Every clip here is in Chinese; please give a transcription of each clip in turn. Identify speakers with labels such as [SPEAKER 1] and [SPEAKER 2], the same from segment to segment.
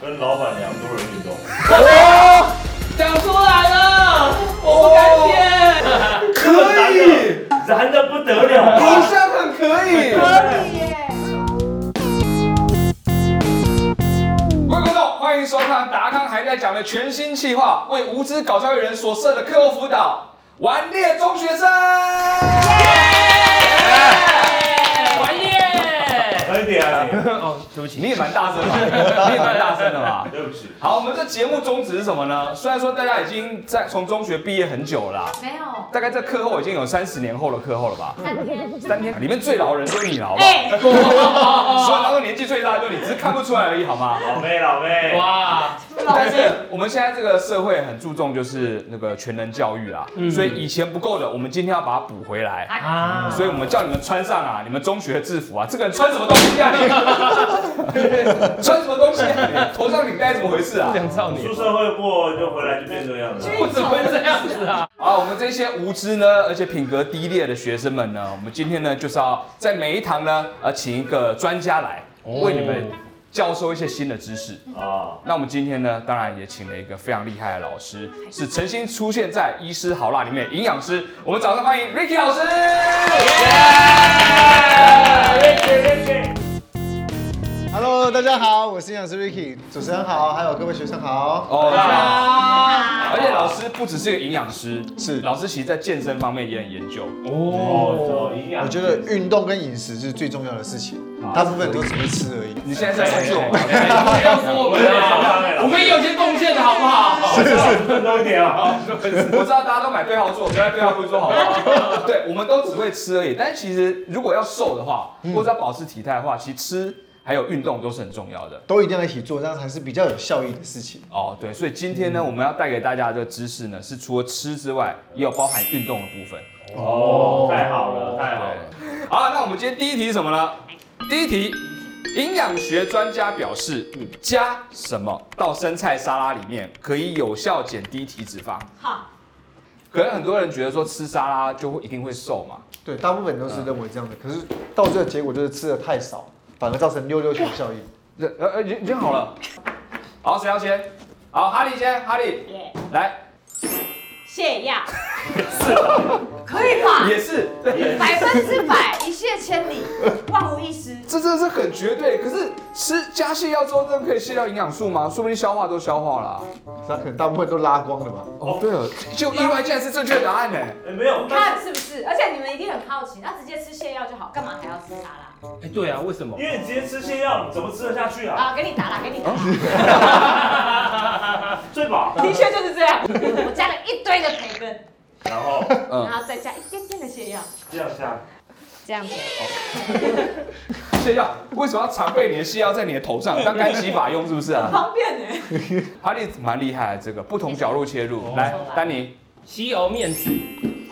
[SPEAKER 1] 跟老板娘多人运动。
[SPEAKER 2] 讲出来了，我不敢骗。
[SPEAKER 3] 可以，
[SPEAKER 1] 燃的不得了。
[SPEAKER 3] 好像很可以。
[SPEAKER 4] 可以耶！
[SPEAKER 3] 各位观众，欢迎收看达康还在讲的全新企划，为无知搞笑艺人所设的课后辅导，顽劣中学生。
[SPEAKER 2] 哎完 耶！
[SPEAKER 1] 快点啊你！
[SPEAKER 3] 你也蛮大声的，你也蛮大声的吧？
[SPEAKER 1] 对不起，
[SPEAKER 3] 好，我们这节目宗旨是什么呢？虽然说大家已经在从中学毕业很久了啦，
[SPEAKER 4] 没有，
[SPEAKER 3] 大概这课后已经有三十年后的课后了吧？
[SPEAKER 4] 三天。
[SPEAKER 3] 三天里面最老的人就是你了，好不好？
[SPEAKER 4] 哎，
[SPEAKER 3] 所以当中年纪最大的就是你，只是看不出来而已，好吗？
[SPEAKER 1] 老妹老妹，
[SPEAKER 2] 啊哇，
[SPEAKER 3] 但是我们现在这个社会很注重就是那个全人教育啊，所以以前不够的，我们今天要把它补回
[SPEAKER 4] 嗯
[SPEAKER 3] 来。
[SPEAKER 2] 啊
[SPEAKER 3] 所以我们叫你们穿上啊，你们中学的制服啊，这个人穿什么东西啊？你 穿什么东西、啊？你头上领带怎么回事啊？
[SPEAKER 2] 两少
[SPEAKER 1] 出社会过就回来就变这样了。
[SPEAKER 2] 不怎么会这样子啊？
[SPEAKER 3] 啊，我们这些无知呢，而且品格低劣的学生们呢，我们今天呢就是要在每一堂呢，呃，请一个专家来为你们教授一些新的知识。
[SPEAKER 1] 啊，
[SPEAKER 3] 那我们今天呢，当然也请了一个非常厉害的老师，是曾经出现在《医师好辣》里面的营养师。我们掌声欢迎 Ricky 老师。
[SPEAKER 5] Hello，大家好，我是营养师 Ricky，主持人好，还有各位学生好。
[SPEAKER 3] 哦，那
[SPEAKER 4] 啊
[SPEAKER 3] 而且老师不只是个营养师，
[SPEAKER 5] 是
[SPEAKER 3] 老师其实在健身方面也很研究。
[SPEAKER 1] 哦，走营养。
[SPEAKER 5] 我觉得运动跟饮食是最重要的事情，大部分人都只会吃而已。
[SPEAKER 3] 你现在在研究我
[SPEAKER 2] 不要说我们啊，我们也有些贡献的好不好？
[SPEAKER 1] 是是，尊重一点啊。
[SPEAKER 3] 我知道大家都买对号做，不要对号入座，好不好？对，我们都只会吃而已。但其实如果要瘦的话，或者要保持体态的话，其实吃还有运动都是很重要的。
[SPEAKER 5] 都一定要一起做，这样才是比较有效益的事情。
[SPEAKER 3] 哦，对，所以今天呢，我们要带给大家的知识呢，是除了吃之外，也有包含运动的部分。
[SPEAKER 1] 哦，太好了，太好了。
[SPEAKER 3] 对，好，那我们今天第一题是什么呢？第一题，营养学专家表示，加什么到生菜沙拉里面可以有效减低体脂肪？
[SPEAKER 4] 好，
[SPEAKER 3] 可能很多人觉得说吃沙拉就会一定会瘦嘛，
[SPEAKER 5] 对，大部分人都是认为这样的，可是到最后结果就是吃的太少，反而造成溜溜球效应。
[SPEAKER 3] 这呃呃已经已经好了。好，谁要先？好，哈利先，哈利
[SPEAKER 4] 耶，
[SPEAKER 3] 来，
[SPEAKER 4] 泻药，可以吧？
[SPEAKER 3] 也是，对，
[SPEAKER 4] 百分之百，一泻千里，万无一失。
[SPEAKER 3] 这真的是很绝对。可是吃加泻药之后，真的可以卸掉营养素吗？说不定消化都消化了啊、
[SPEAKER 5] 那可能大部分都拉光了吧？
[SPEAKER 3] 哦，对了，就意外竟然是正确答案呢。
[SPEAKER 1] 哎，没有，但
[SPEAKER 4] 看是不是？而且你们一定很好奇，那直接吃泻药就好，干嘛还要吃沙拉？
[SPEAKER 2] 哎，对啊，为什么
[SPEAKER 1] 因？为你直接吃泻药，你怎么吃得下去啊？
[SPEAKER 4] 啊，给你打啦，给你打啦，
[SPEAKER 1] 对吧？
[SPEAKER 4] 的确就是这样。我加了一堆的培根，
[SPEAKER 1] 然后
[SPEAKER 3] 嗯
[SPEAKER 4] 然，后再加一点点的泻药，
[SPEAKER 1] 这样下，
[SPEAKER 4] 这样子。
[SPEAKER 3] 泻药为什么要常备你的泻药在你的头上当干洗法用？是不是啊？
[SPEAKER 4] 方便呢、
[SPEAKER 3] 哈利蛮厉害的，这个不同角度切入。来，丹尼，
[SPEAKER 2] 西欧面子，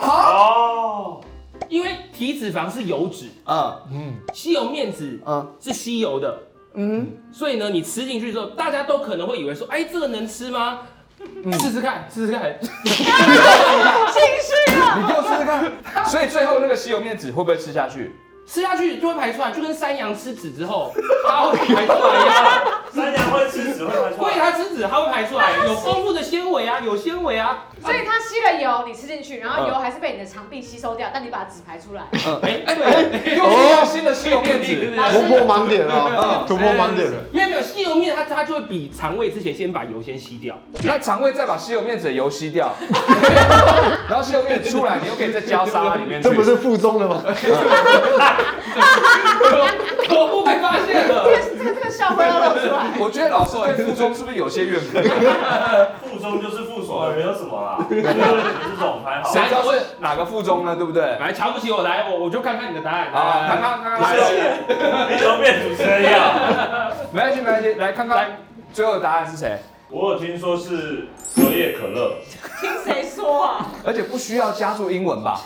[SPEAKER 1] 哦，
[SPEAKER 2] 因为体脂肪是油脂，
[SPEAKER 3] 嗯
[SPEAKER 2] 西欧面子
[SPEAKER 3] 嗯
[SPEAKER 2] 是吸油的，
[SPEAKER 3] 嗯，
[SPEAKER 2] 所以呢，你吃进去之后，大家都可能会以为说，哎，这个能吃吗？试试看，试试看。
[SPEAKER 4] 情绪
[SPEAKER 3] 你给我试试看。所以最后那个吸油面纸会不会吃下去？
[SPEAKER 2] 吃下去就会排出来，就跟山羊吃纸之 后，它会排出来一样。
[SPEAKER 1] 三娘会吃只会排出
[SPEAKER 2] 所以
[SPEAKER 1] 来。
[SPEAKER 2] 它吃纸，它会排出来，有丰富的纤维啊，有纤维啊。
[SPEAKER 4] 所以它吸了油，你吃进去，然后油还是被你的肠壁吸收掉，但你把纸排出来。
[SPEAKER 2] 哎，对，
[SPEAKER 3] 又是一个新的吸油面
[SPEAKER 2] 对对
[SPEAKER 3] 纸。
[SPEAKER 2] 对
[SPEAKER 5] 突破盲点了，突破盲点了。
[SPEAKER 2] 因为没有吸油面，它它就会比肠胃之前先把油先吸掉。
[SPEAKER 3] 那肠胃再把吸油面纸的油吸 掉，然后吸油面纸出来，你又可以再加沙拉里面去。
[SPEAKER 5] 这不是附中了吗？
[SPEAKER 2] 头部被发现了，
[SPEAKER 4] 这个这个笑话要露出来。
[SPEAKER 3] 我觉得老师对附中是不是有些怨愤？
[SPEAKER 1] 附中就是附所的，没有什么啦。这种还好
[SPEAKER 3] 谁。知道是哪个附中呢？对不对？
[SPEAKER 2] 来瞧不起我，来我我就看看你的答案。
[SPEAKER 3] 啊，看看看看，
[SPEAKER 1] 你怎么变主持人一样？
[SPEAKER 3] 没关系没关系，来看
[SPEAKER 2] 来
[SPEAKER 3] 看最后的答案是谁，
[SPEAKER 1] 我有听说是隔夜可乐
[SPEAKER 4] 听谁说啊？
[SPEAKER 3] 而且不需要加注英文吧？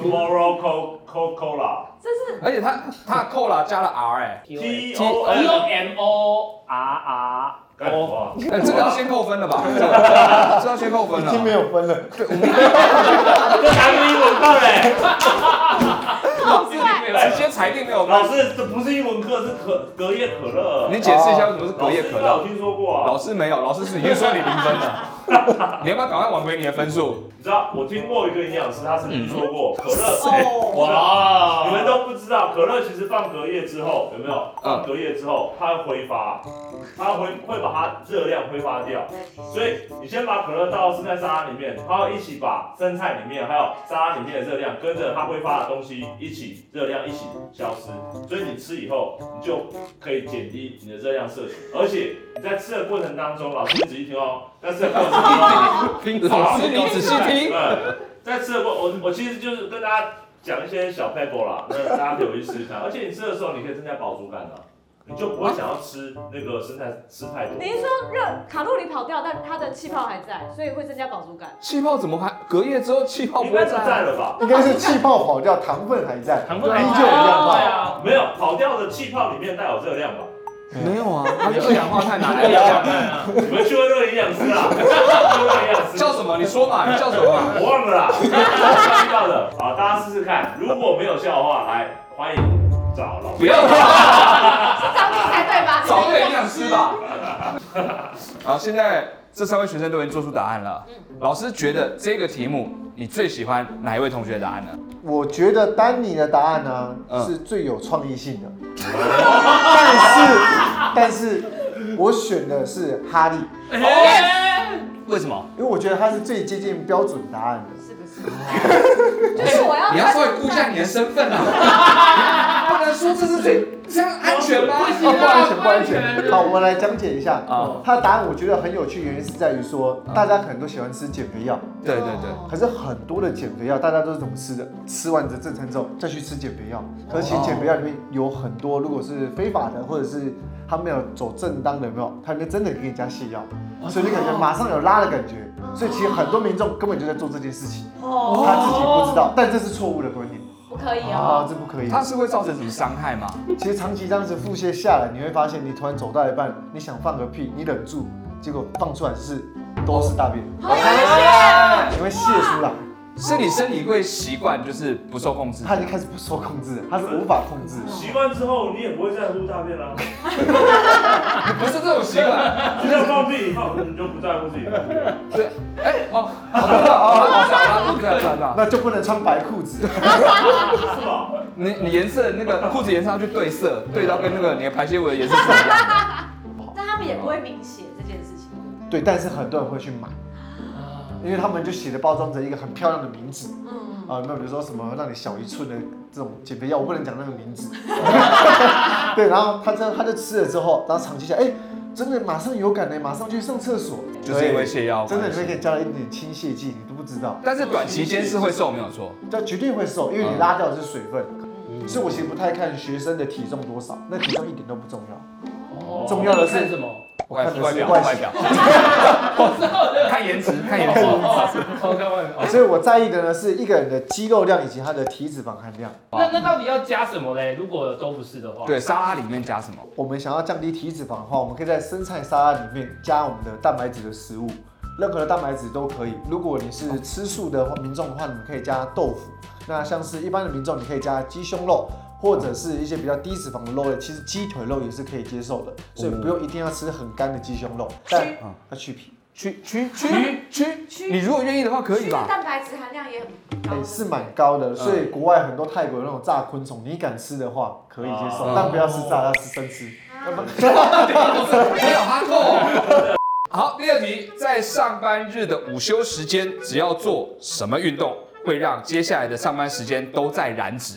[SPEAKER 1] ，Tomorrow Co Coca-Cola
[SPEAKER 4] 这是
[SPEAKER 3] 而且他他扣了加了 R 哎、
[SPEAKER 1] T O
[SPEAKER 2] O
[SPEAKER 1] N。
[SPEAKER 2] M O R
[SPEAKER 1] 干
[SPEAKER 2] R
[SPEAKER 1] 什
[SPEAKER 2] O。
[SPEAKER 1] 么？啊
[SPEAKER 3] 哎这个要先扣分了吧？这个这要先扣分啊
[SPEAKER 5] 已经没
[SPEAKER 3] 了。
[SPEAKER 5] 有分了。
[SPEAKER 1] 这拿个英文棒嘞！
[SPEAKER 4] 好怪。
[SPEAKER 3] 直接裁定没
[SPEAKER 1] 老
[SPEAKER 3] 有关
[SPEAKER 1] 师，这不是英文课，是可隔夜可乐。
[SPEAKER 3] 你解释一下为什么是隔
[SPEAKER 1] 老
[SPEAKER 3] 夜
[SPEAKER 1] 师
[SPEAKER 3] 可
[SPEAKER 1] 应该有
[SPEAKER 3] 乐？
[SPEAKER 1] 听说过啊。
[SPEAKER 3] 老师没有，老师是已经说你零分了， 你要不要赶快挽回你的分数？
[SPEAKER 1] 你知道我听过一个营养师，他曾
[SPEAKER 3] 嗯
[SPEAKER 1] 经说过，可乐
[SPEAKER 4] 哦，
[SPEAKER 1] 哇，
[SPEAKER 2] 啊
[SPEAKER 1] 你们都不知道，可乐其实放隔夜之后有没有？放隔夜之后它会挥发，它会会把它热量挥发掉，所以你先把可乐倒到生菜沙拉里面，它会一起把生菜里面还有沙拉里面的热量跟着它挥发的东西一起热量一起消失，所以你吃以后你就可以减低你的热量摄取，而且你在吃的过程当中，老师仔细听哦，在吃的过程当中。哦
[SPEAKER 3] 老师，你仔细听。
[SPEAKER 1] 对，在吃的过我我其实就是跟大家讲一些小 pebble 啦，那大家可以回去试一下。而且你吃的时候，你可以增加饱足感啊，你就不会想要吃那个生菜吃太多。
[SPEAKER 4] 哦你是说热卡路里跑掉，但它的气泡还在，所以会增加饱足 感？
[SPEAKER 3] 气泡怎么还隔夜之后气泡
[SPEAKER 1] 应
[SPEAKER 3] 不
[SPEAKER 1] 该
[SPEAKER 3] 会
[SPEAKER 1] 是
[SPEAKER 3] 在？
[SPEAKER 1] 在了吧？
[SPEAKER 5] 应该是气泡跑掉，糖分还在，
[SPEAKER 2] 糖分还
[SPEAKER 5] 依
[SPEAKER 2] 在
[SPEAKER 5] 旧一样
[SPEAKER 2] 对
[SPEAKER 5] 大。
[SPEAKER 2] 啊，
[SPEAKER 1] 没有，跑掉的气泡里面带有热量吧？
[SPEAKER 3] 没有啊，它就二氧化碳哪来
[SPEAKER 2] 对啊
[SPEAKER 3] 的？，
[SPEAKER 1] 你们去问那个营养师啊，去问那个营养师。
[SPEAKER 3] 叫什么？你说嘛，你叫什么嘛？
[SPEAKER 1] 我忘了啦，知道的。好，大家试试看，如果没有效的话，来欢迎找老
[SPEAKER 3] 不要找
[SPEAKER 4] 是找你才对吧？
[SPEAKER 3] 找个营养师 吧。好，现在这三位学生都已经做出答案了。老师觉得这个题目你最喜欢哪一位同学的答案呢？
[SPEAKER 5] 我觉得丹尼的答案呢、
[SPEAKER 3] 嗯
[SPEAKER 5] 是最有创意性的，但是但是我选的是哈利，
[SPEAKER 3] 为什么？
[SPEAKER 5] 因为我觉得他是最接近标准答案的。
[SPEAKER 4] 是不是？就是我要
[SPEAKER 3] 哎你要稍微估一下你的身份啊， 不能说这是最这样安全吗？
[SPEAKER 2] 不
[SPEAKER 5] 哦
[SPEAKER 2] 行
[SPEAKER 5] 不安全，不安
[SPEAKER 2] 不安
[SPEAKER 5] 全。
[SPEAKER 2] 全
[SPEAKER 5] 好，我们来讲解一下
[SPEAKER 3] 啊。
[SPEAKER 5] 他的答案我觉得很有趣，原因是在于说，大家可能都喜欢吃减肥药，
[SPEAKER 3] 对对对，
[SPEAKER 5] 可是很多的减肥药大家都是怎么吃的？吃完你的正餐之后再去吃减肥药，可是其实减肥药里面有很多，如果是非法的或者是他没有走正当的，有没有？他里面真的给你加泻药，
[SPEAKER 4] 哦
[SPEAKER 5] 所以你感觉马上有拉的感觉。所以其实很多民众根本就在做这件事情，
[SPEAKER 4] 哦，
[SPEAKER 5] 他自己不知道，但这是错误的观念
[SPEAKER 4] 不可以
[SPEAKER 5] 啊，
[SPEAKER 4] 哦。
[SPEAKER 5] 这不可以。
[SPEAKER 3] 它是会造成什么伤害吗？
[SPEAKER 5] 其实长期这样子腹泻下来，你会发现你突然走到一半，你想放个屁，你忍住，结果放出来是都是大便，
[SPEAKER 4] 好危险！
[SPEAKER 5] 你会泻出来。
[SPEAKER 3] 是你身体会习惯就是不受控制，
[SPEAKER 5] 他已经开始不受控制了，他是无法控制的。
[SPEAKER 1] 习惯之后，你也不会在乎大便啦、
[SPEAKER 3] 啊不是这种习惯。
[SPEAKER 1] 就像放屁，你放你就不在乎自己。
[SPEAKER 3] 对，哎哦，好的好的，好的，不可穿了。
[SPEAKER 5] 那就不能穿白 裤子，
[SPEAKER 1] 是吧？
[SPEAKER 3] 你你颜色那个裤子颜色要去对色，对到跟那个你的排泄物的颜色是一 样的。
[SPEAKER 4] 但他们也不会明写这件事情。
[SPEAKER 5] 对，但是很多人会去买，
[SPEAKER 3] 啊
[SPEAKER 5] 因为他们就写的包装着一个很漂亮的名字
[SPEAKER 4] 嗯，
[SPEAKER 5] 啊，那比如说什么让你小一寸的这种减肥药，我不能讲那个 名字， 对，然后他这样他就吃了之后，然后长期下，哎，真的马上有感呢，马上去上厕所，
[SPEAKER 3] 就是因为泻药
[SPEAKER 5] 真的你会给你加了一点清泻剂，你都不知道，
[SPEAKER 3] 但是短期间是会瘦，没有错。
[SPEAKER 5] 这绝对会瘦，因为你拉掉的是水分，
[SPEAKER 3] 嗯
[SPEAKER 5] 所以我其实不太看学生的体重多少，那体重一点都不重要。
[SPEAKER 2] 哦
[SPEAKER 5] 重要的是
[SPEAKER 2] 看什么？
[SPEAKER 3] 我看
[SPEAKER 5] 看
[SPEAKER 3] 外
[SPEAKER 5] 的是
[SPEAKER 3] 表，
[SPEAKER 5] 外
[SPEAKER 3] 外 表，看颜值，看颜值。
[SPEAKER 2] 哦，看外表。
[SPEAKER 5] 所以我在意的呢
[SPEAKER 3] 嗯
[SPEAKER 5] 是一个人的肌肉量以及他的体脂肪含量。
[SPEAKER 2] 那那到底要加什么嘞？如果都不是的话，
[SPEAKER 3] 对，沙拉里面加什么？
[SPEAKER 5] 我们想要降低体脂肪的话，我们可以在生菜沙拉里面加我们的蛋白质的食物，任何的蛋白质都可以。如果你是吃素的民众的话，你们可以加豆腐。那像是一般的民众，你可以加鸡胸肉。或者是一些比较低脂肪的肉类，其实鸡腿肉也是可以接受的，所以不用一定要吃很干的鸡胸肉，但
[SPEAKER 4] 区
[SPEAKER 5] 它去皮，
[SPEAKER 3] 区区区
[SPEAKER 4] 区
[SPEAKER 3] 区，你如果愿意的话可以
[SPEAKER 4] 区的
[SPEAKER 3] 吧？
[SPEAKER 4] 蛋白质含量也很
[SPEAKER 5] 哎、
[SPEAKER 4] 高，
[SPEAKER 5] 是蛮高的，所以国外很多泰国的那种炸昆虫，你敢吃的话可以接受，
[SPEAKER 1] 哦
[SPEAKER 5] 但不要吃炸，要吃生吃。
[SPEAKER 3] 没有哈扣。好，第二题，在上班日的午休时间，只要做什么运动，会让接下来的上班时间都在燃脂？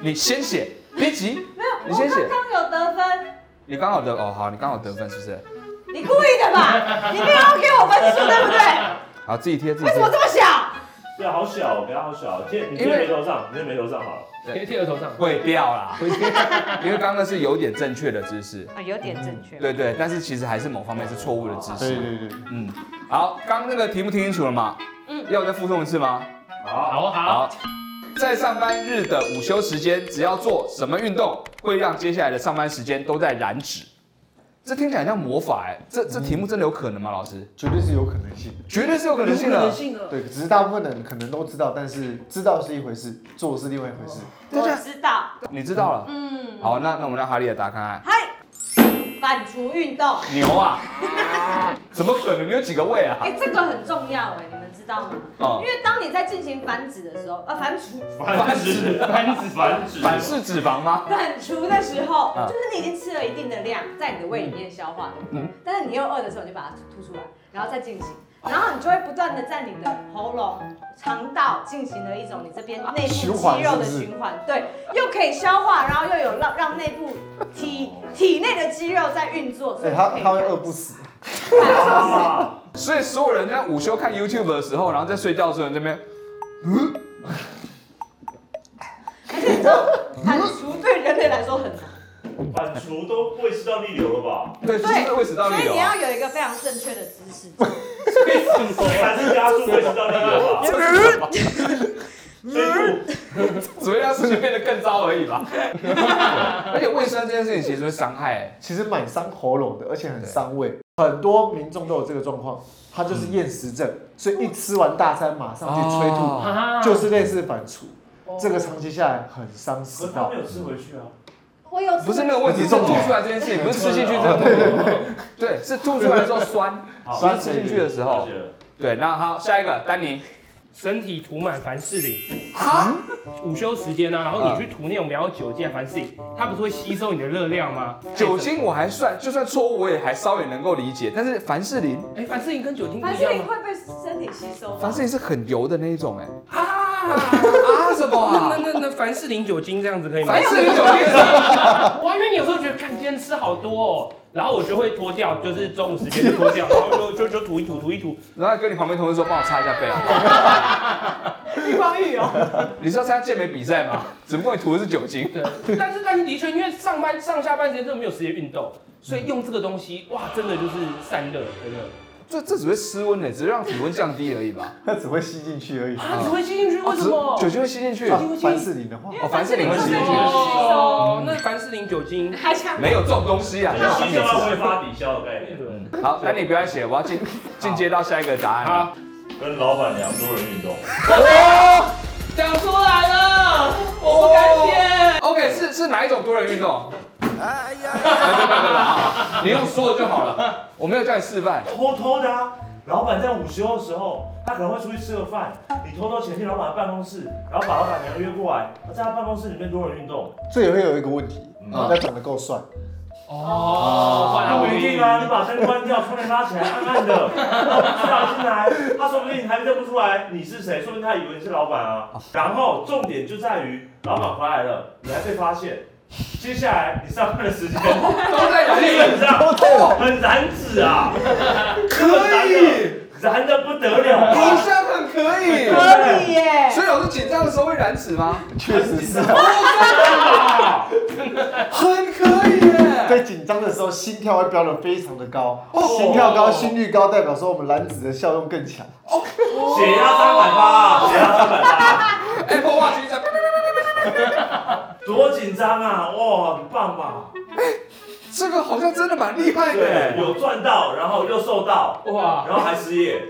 [SPEAKER 3] 你先写，别急，
[SPEAKER 4] 没有，
[SPEAKER 3] 你先写
[SPEAKER 4] 我刚刚有得分，
[SPEAKER 3] 你刚好得哦，好，你刚好得分是不是？
[SPEAKER 4] 你故意的吧？你没有要给我分数，对不对？
[SPEAKER 3] 好，自己贴自己
[SPEAKER 4] 为什么
[SPEAKER 3] 贴。
[SPEAKER 4] 这么小？
[SPEAKER 1] 对，好小，不要好小，今天你今
[SPEAKER 3] 因
[SPEAKER 1] 天
[SPEAKER 3] 为
[SPEAKER 1] 没头上，你今天没头上好了。
[SPEAKER 2] 贴贴额头上。
[SPEAKER 3] 会掉啦，因为刚刚那是有点正确的知识，
[SPEAKER 4] 啊，有点正确。
[SPEAKER 3] 对对，但是其实还是某方面是错误的知识。
[SPEAKER 5] 对对，
[SPEAKER 3] 嗯，好，刚刚那个题目听清楚了吗？嗯，要我再复诵一次吗？
[SPEAKER 1] 好，
[SPEAKER 2] 好啊好，
[SPEAKER 3] 好，在上班日的午休时间，只要做什么运动，会让接下来的上班时间都在燃脂？这听起来像魔法哎、这这题目真的有可能吗？老师，
[SPEAKER 5] 绝对是有可能性。
[SPEAKER 3] 绝对是有可能性的。
[SPEAKER 2] 性的。
[SPEAKER 5] 对，只是大部分人可能都知道，但是知道是一回事，做是另外一回事。
[SPEAKER 3] 对
[SPEAKER 4] 我
[SPEAKER 3] 对
[SPEAKER 4] 知道，
[SPEAKER 3] 你知道了。
[SPEAKER 4] 嗯，
[SPEAKER 3] 好，那那我们让哈利也答看看。
[SPEAKER 4] 嗨，反刍运动，
[SPEAKER 3] 牛啊！ 怎么可能？你有几个胃啊？
[SPEAKER 4] 哎，这个很重要哎，你们知道吗？因
[SPEAKER 3] 哦，
[SPEAKER 4] 为当你在进行繁殖 的时候，呃，繁除
[SPEAKER 1] 繁殖，繁殖，繁殖，
[SPEAKER 3] 反式脂肪吗？
[SPEAKER 4] 反刍的时候
[SPEAKER 3] 啊，
[SPEAKER 4] 就是你已经吃了一定的量，在你的胃里面消化了，
[SPEAKER 3] 嗯
[SPEAKER 4] 但是你又饿的时候，你就把它吐出来，然后再进行，然后你就会不断的在你的喉咙、肠道进行了一种你这边内部
[SPEAKER 5] 循环
[SPEAKER 4] 肌肉的
[SPEAKER 5] 是不是
[SPEAKER 4] 循环，对，又可以消化，然后又有让让内部体体内的肌肉在运作，
[SPEAKER 5] 哎、他他会饿不死。
[SPEAKER 1] 啊
[SPEAKER 3] 所以所有人在午休看 YouTube 的时候，然后在睡觉的时候，你这边嗯
[SPEAKER 4] 而且你知道， 反刍对人类来说很难。
[SPEAKER 1] 反刍都胃食道逆流了吧？
[SPEAKER 3] 对，就是胃食道
[SPEAKER 4] 所
[SPEAKER 3] 逆
[SPEAKER 4] 以
[SPEAKER 3] 流
[SPEAKER 4] 你
[SPEAKER 3] 啊
[SPEAKER 4] 要。有一个非常正确的姿势。
[SPEAKER 2] 为什么？
[SPEAKER 1] 还是加速胃食道逆流吧？所以
[SPEAKER 3] 只会让事情变得更糟而已吧。 而且卫生这件事情其实会伤害、欸。
[SPEAKER 5] 其实蛮伤喉咙的，而且很伤胃。很多民众都有这个状况，他就是厌食症，所以一吃完大餐马上去催
[SPEAKER 2] 啊
[SPEAKER 5] 吐，
[SPEAKER 3] 哦
[SPEAKER 5] 就是类似反刍。这个长期下来很伤
[SPEAKER 1] 可
[SPEAKER 5] 食
[SPEAKER 1] 是他
[SPEAKER 5] 道
[SPEAKER 1] 没。有吃回去啊。
[SPEAKER 4] 我有
[SPEAKER 3] 不是那个问题，是
[SPEAKER 5] 重
[SPEAKER 3] 吐
[SPEAKER 5] 点
[SPEAKER 3] 出来这件事情，不是吃进去这个对对对，对，是吐出来之后酸，
[SPEAKER 1] 好
[SPEAKER 3] 不是吃进去的时
[SPEAKER 1] 了
[SPEAKER 3] 候
[SPEAKER 1] 解。了
[SPEAKER 3] 对，那好，下一个丹尼，
[SPEAKER 2] 身体涂满凡士林，
[SPEAKER 3] 哈，
[SPEAKER 2] 午休时间啊，然后你去涂那种描酒精啊凡士林，它不是会吸收你的热量吗？
[SPEAKER 3] 哎酒，精我还算，就算错误我也还稍微能够理解，但是凡士林，
[SPEAKER 2] 哎，凡士林跟酒精不
[SPEAKER 4] 凡
[SPEAKER 2] 一
[SPEAKER 4] 士
[SPEAKER 2] 样
[SPEAKER 4] 林
[SPEAKER 2] 吗？
[SPEAKER 4] 会被身体吸收吗？啊
[SPEAKER 3] 凡士林是很油的那一种、欸，哎，
[SPEAKER 2] 啊，
[SPEAKER 3] 啊什么
[SPEAKER 2] 那
[SPEAKER 3] 啊？
[SPEAKER 2] 那那那凡士林酒精这样子可以吗
[SPEAKER 3] 凡？士林酒精是，
[SPEAKER 2] 哇，因为你有时候觉得，看今天吃好多哦，然后我就会脱掉，就是中午时间就脱掉，然后就就就涂一涂，涂一涂，
[SPEAKER 3] 然后跟你旁边同事说，帮我擦一下背啊。
[SPEAKER 4] 地光浴哦。
[SPEAKER 3] 你是要参加健美比赛吗？只不过你涂的是酒精。
[SPEAKER 2] 对，但是但是的确，因为上班上下班时间真的没有时间运动，所以用这个东西，哇，真的就是散热，真的。
[SPEAKER 3] 这这只会失温的，只是让体温降低而已吧。
[SPEAKER 5] 它只会吸进去而已。
[SPEAKER 2] 啊，只会吸进去，为什么？
[SPEAKER 3] 酒精会吸进去，
[SPEAKER 5] 啊凡士林的话，
[SPEAKER 3] 哦，凡士林会吸进去，
[SPEAKER 2] 哦，那凡士林酒精，
[SPEAKER 4] 还想
[SPEAKER 3] 没有这种东西啊。
[SPEAKER 1] 就是吸收到挥发抵消的概念，
[SPEAKER 2] 对，
[SPEAKER 3] 好，那你不要写，我要进进阶到下一个答案啊了。
[SPEAKER 2] 好，
[SPEAKER 1] 跟老板娘多人运动。
[SPEAKER 3] 哦
[SPEAKER 2] 讲出来了，我不敢写。
[SPEAKER 3] ，OK，是是哪一种多人运 动？哎呀，你用说的就好 了，我没有叫你示范。
[SPEAKER 1] 偷偷的啊，老板在午休的时候，他可能会出去吃个饭，你偷偷潜进老板的办公室，然后把老板娘约过来，在他办公室里面多人运动。
[SPEAKER 5] 这也会有一个问题
[SPEAKER 1] 嗯，
[SPEAKER 5] 要长得够帅。
[SPEAKER 2] 哦，换
[SPEAKER 1] 那
[SPEAKER 2] 他
[SPEAKER 1] 不
[SPEAKER 2] 回
[SPEAKER 1] 一
[SPEAKER 2] 应
[SPEAKER 1] 定啊，你把灯关掉，窗帘拉起来，暗暗哦的，然后进来，他说不定还认不出来你是谁，说不定他以为你是老板啊。
[SPEAKER 3] 哦
[SPEAKER 1] 然后重点就在于老板回来了，你还被发现，接下来你上班的 时间
[SPEAKER 3] 都在哪
[SPEAKER 1] 基
[SPEAKER 3] 里？
[SPEAKER 1] 本上很燃脂啊，
[SPEAKER 3] 可以，
[SPEAKER 1] 燃的不得了
[SPEAKER 3] 好
[SPEAKER 1] 啊。
[SPEAKER 3] 像很可以。
[SPEAKER 4] 可以耶，
[SPEAKER 3] 所以老师紧张的时候会染指吗？
[SPEAKER 5] 确实是，
[SPEAKER 3] 哦，真的，很可以耶。
[SPEAKER 5] 在紧张的时候心跳会飙得非常的高，
[SPEAKER 3] 哦
[SPEAKER 5] 心跳高、心率高，代表说我们燃脂的效用更强。
[SPEAKER 1] 血压三百八，血压三百八，
[SPEAKER 3] Apple Watch 一下。
[SPEAKER 1] 多紧张啊！哇，很棒吧？
[SPEAKER 3] 这个好像真的蛮厉害
[SPEAKER 1] 对，
[SPEAKER 3] 的，
[SPEAKER 1] 有赚到，然后又瘦到，
[SPEAKER 2] 哇，
[SPEAKER 1] 然后还失业，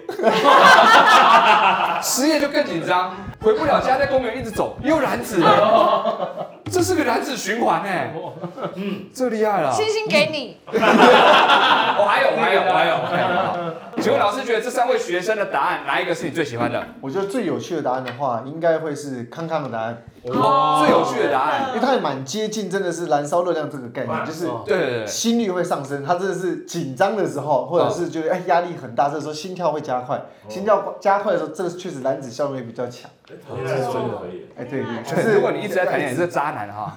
[SPEAKER 3] 失业就更紧张，回不了家，在公园一直走，又染指了，这是个染指循环哎，哦嗯，这厉害了。
[SPEAKER 4] 星星给你，
[SPEAKER 3] 我还有，我还有，我还有，我还有。好请问老师觉得这三位学生的答案哪一个是你最喜欢的？
[SPEAKER 5] 我觉得最有趣的答案的话，应该会是康康的答案，
[SPEAKER 4] 哦
[SPEAKER 3] 最有趣的答案，
[SPEAKER 5] 因为它也蛮接近真的是燃烧热量这个概念，就是
[SPEAKER 3] 对对 对对，
[SPEAKER 5] 心率会上升，他真的是紧张的时候，或者是觉得哎压力很大，这时候心跳会加快，
[SPEAKER 3] 哦
[SPEAKER 5] 心跳加快的时候，这个确实燃脂效率比较强。
[SPEAKER 1] 现在真的可以。
[SPEAKER 5] 哎，对对，可
[SPEAKER 3] 对
[SPEAKER 5] 是
[SPEAKER 3] 如果你一直在谈恋爱，你是个渣男哈。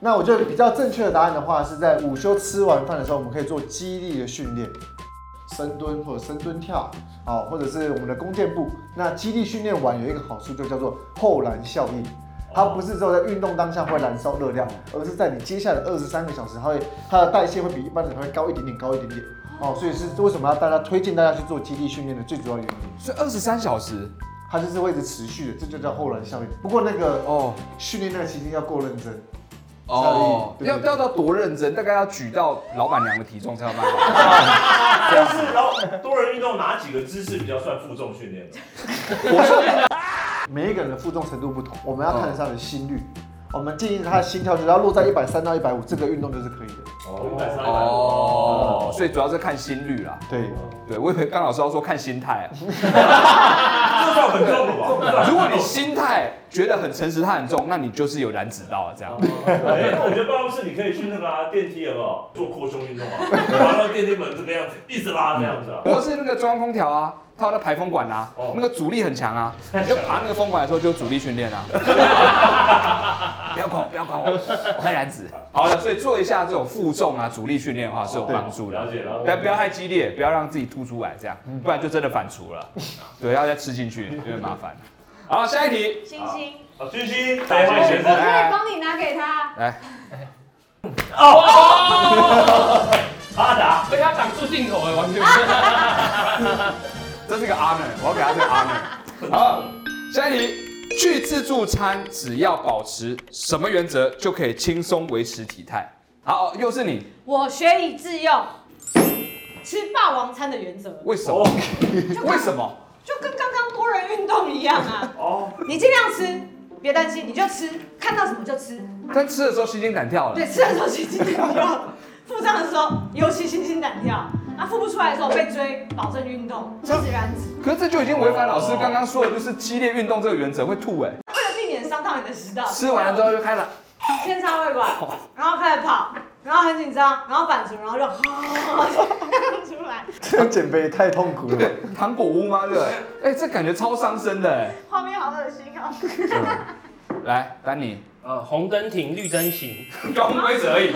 [SPEAKER 5] 那我觉得比较正确的答案的话，是在午休吃完饭的时候，我们可以做肌力的训练，深蹲或者深蹲跳，好，或者是我们的弓箭步。那肌力训练完有一个好处，就叫做后燃效应。它不是只有在运动当下会燃烧热量，而是在你接下来二十三个小时，它会它的代谢会比一般人会高一点点，高一点点。哦，所以是为什么要大家推荐大家去做肌力训练的最主要原因，
[SPEAKER 3] 所以二十三小时
[SPEAKER 5] 它就是会一直持续的，这就叫后燃效应。不过那个
[SPEAKER 3] 哦，
[SPEAKER 5] 训练那个其实要够认真，
[SPEAKER 3] 哦，
[SPEAKER 5] 对
[SPEAKER 3] 要
[SPEAKER 5] 对对
[SPEAKER 3] 要到多认真，大概要举到老板娘的体重才有办法。
[SPEAKER 1] 但是然后多人运动哪几个姿势比较算负重训练呢？
[SPEAKER 5] 每一个人的负重程度不同，我们要看得上的心率。我们建议他的心跳就是要落在一百三到一百五，这个运动就是可以的。
[SPEAKER 1] 哦，一百三
[SPEAKER 3] 哦
[SPEAKER 1] 哦，，
[SPEAKER 3] 所以主要是看心率啦。
[SPEAKER 5] 对，
[SPEAKER 3] 对，我以为刚老师要说看心态啊。
[SPEAKER 1] 这算很重了吧？
[SPEAKER 3] 如果你心态觉得很诚实，它很重，那你就是有燃脂到啊，这样。
[SPEAKER 1] 哎，那我觉得办公室你可以去那个啊电梯有没有做扩胸运动啊？然后电梯门这个样子一直拉这样子啊。
[SPEAKER 3] 我是那个中央空调啊，它有那排风管啊
[SPEAKER 1] 哦，
[SPEAKER 3] 那个阻力很强啊，你就爬那个风管的时候就有阻力训 练啊。不要管我，不要管我，我看燃脂。好了，所以做一下这种负重啊、阻力训练的话是有帮助的
[SPEAKER 1] 了。解嗯了解，
[SPEAKER 3] 但不要太激烈，不要让自己凸出来，这样，不然就真的反刍了。对，要再吃进去，有点麻烦。好，下一题，
[SPEAKER 4] 星星，
[SPEAKER 1] 好，君君，
[SPEAKER 4] 我
[SPEAKER 1] 打
[SPEAKER 4] 我
[SPEAKER 1] 开
[SPEAKER 4] 可
[SPEAKER 1] 鞋
[SPEAKER 4] 以
[SPEAKER 1] 子。
[SPEAKER 4] 帮你拿给他。
[SPEAKER 3] 来，
[SPEAKER 2] 哦
[SPEAKER 1] 阿达，
[SPEAKER 2] 被他挡住镜头了，完全。不
[SPEAKER 3] 这是个 honor，我要给他这个 honor。好，下一题，去自助餐只要保持什么原则就可以轻松维持体态？好，又是你，
[SPEAKER 4] 我学以致用，吃霸王餐的原则，
[SPEAKER 3] 为什么
[SPEAKER 1] 哦？。
[SPEAKER 3] 为什么？
[SPEAKER 4] 就跟刚刚多人运动一样啊
[SPEAKER 1] 哦，
[SPEAKER 4] 你尽量吃，别担心，你就吃，看到什么就吃。
[SPEAKER 3] 但吃的时候心惊胆跳了
[SPEAKER 4] 对，。吃的时候心惊胆跳，付账的时候尤其心惊胆跳。啊，付不出来的时候被追，保证运动，及时燃脂，
[SPEAKER 3] 可是这就已经违反老师刚刚说的，就是激烈运动这个原则会吐哎、
[SPEAKER 4] 为了避免伤到你的食道。
[SPEAKER 3] 吃完了之后就开始，
[SPEAKER 4] 天插胃管，然后开始跑，然后很紧张，然后反刍，然后就出来，
[SPEAKER 5] 这样减肥也太痛苦了
[SPEAKER 3] 对。，糖果屋吗？对不对，哎、这感觉超伤身的哎、
[SPEAKER 4] 画面好恶心啊！
[SPEAKER 3] 来，丹尼，
[SPEAKER 2] 呃，红灯停，绿灯行。
[SPEAKER 3] 交通规则而已，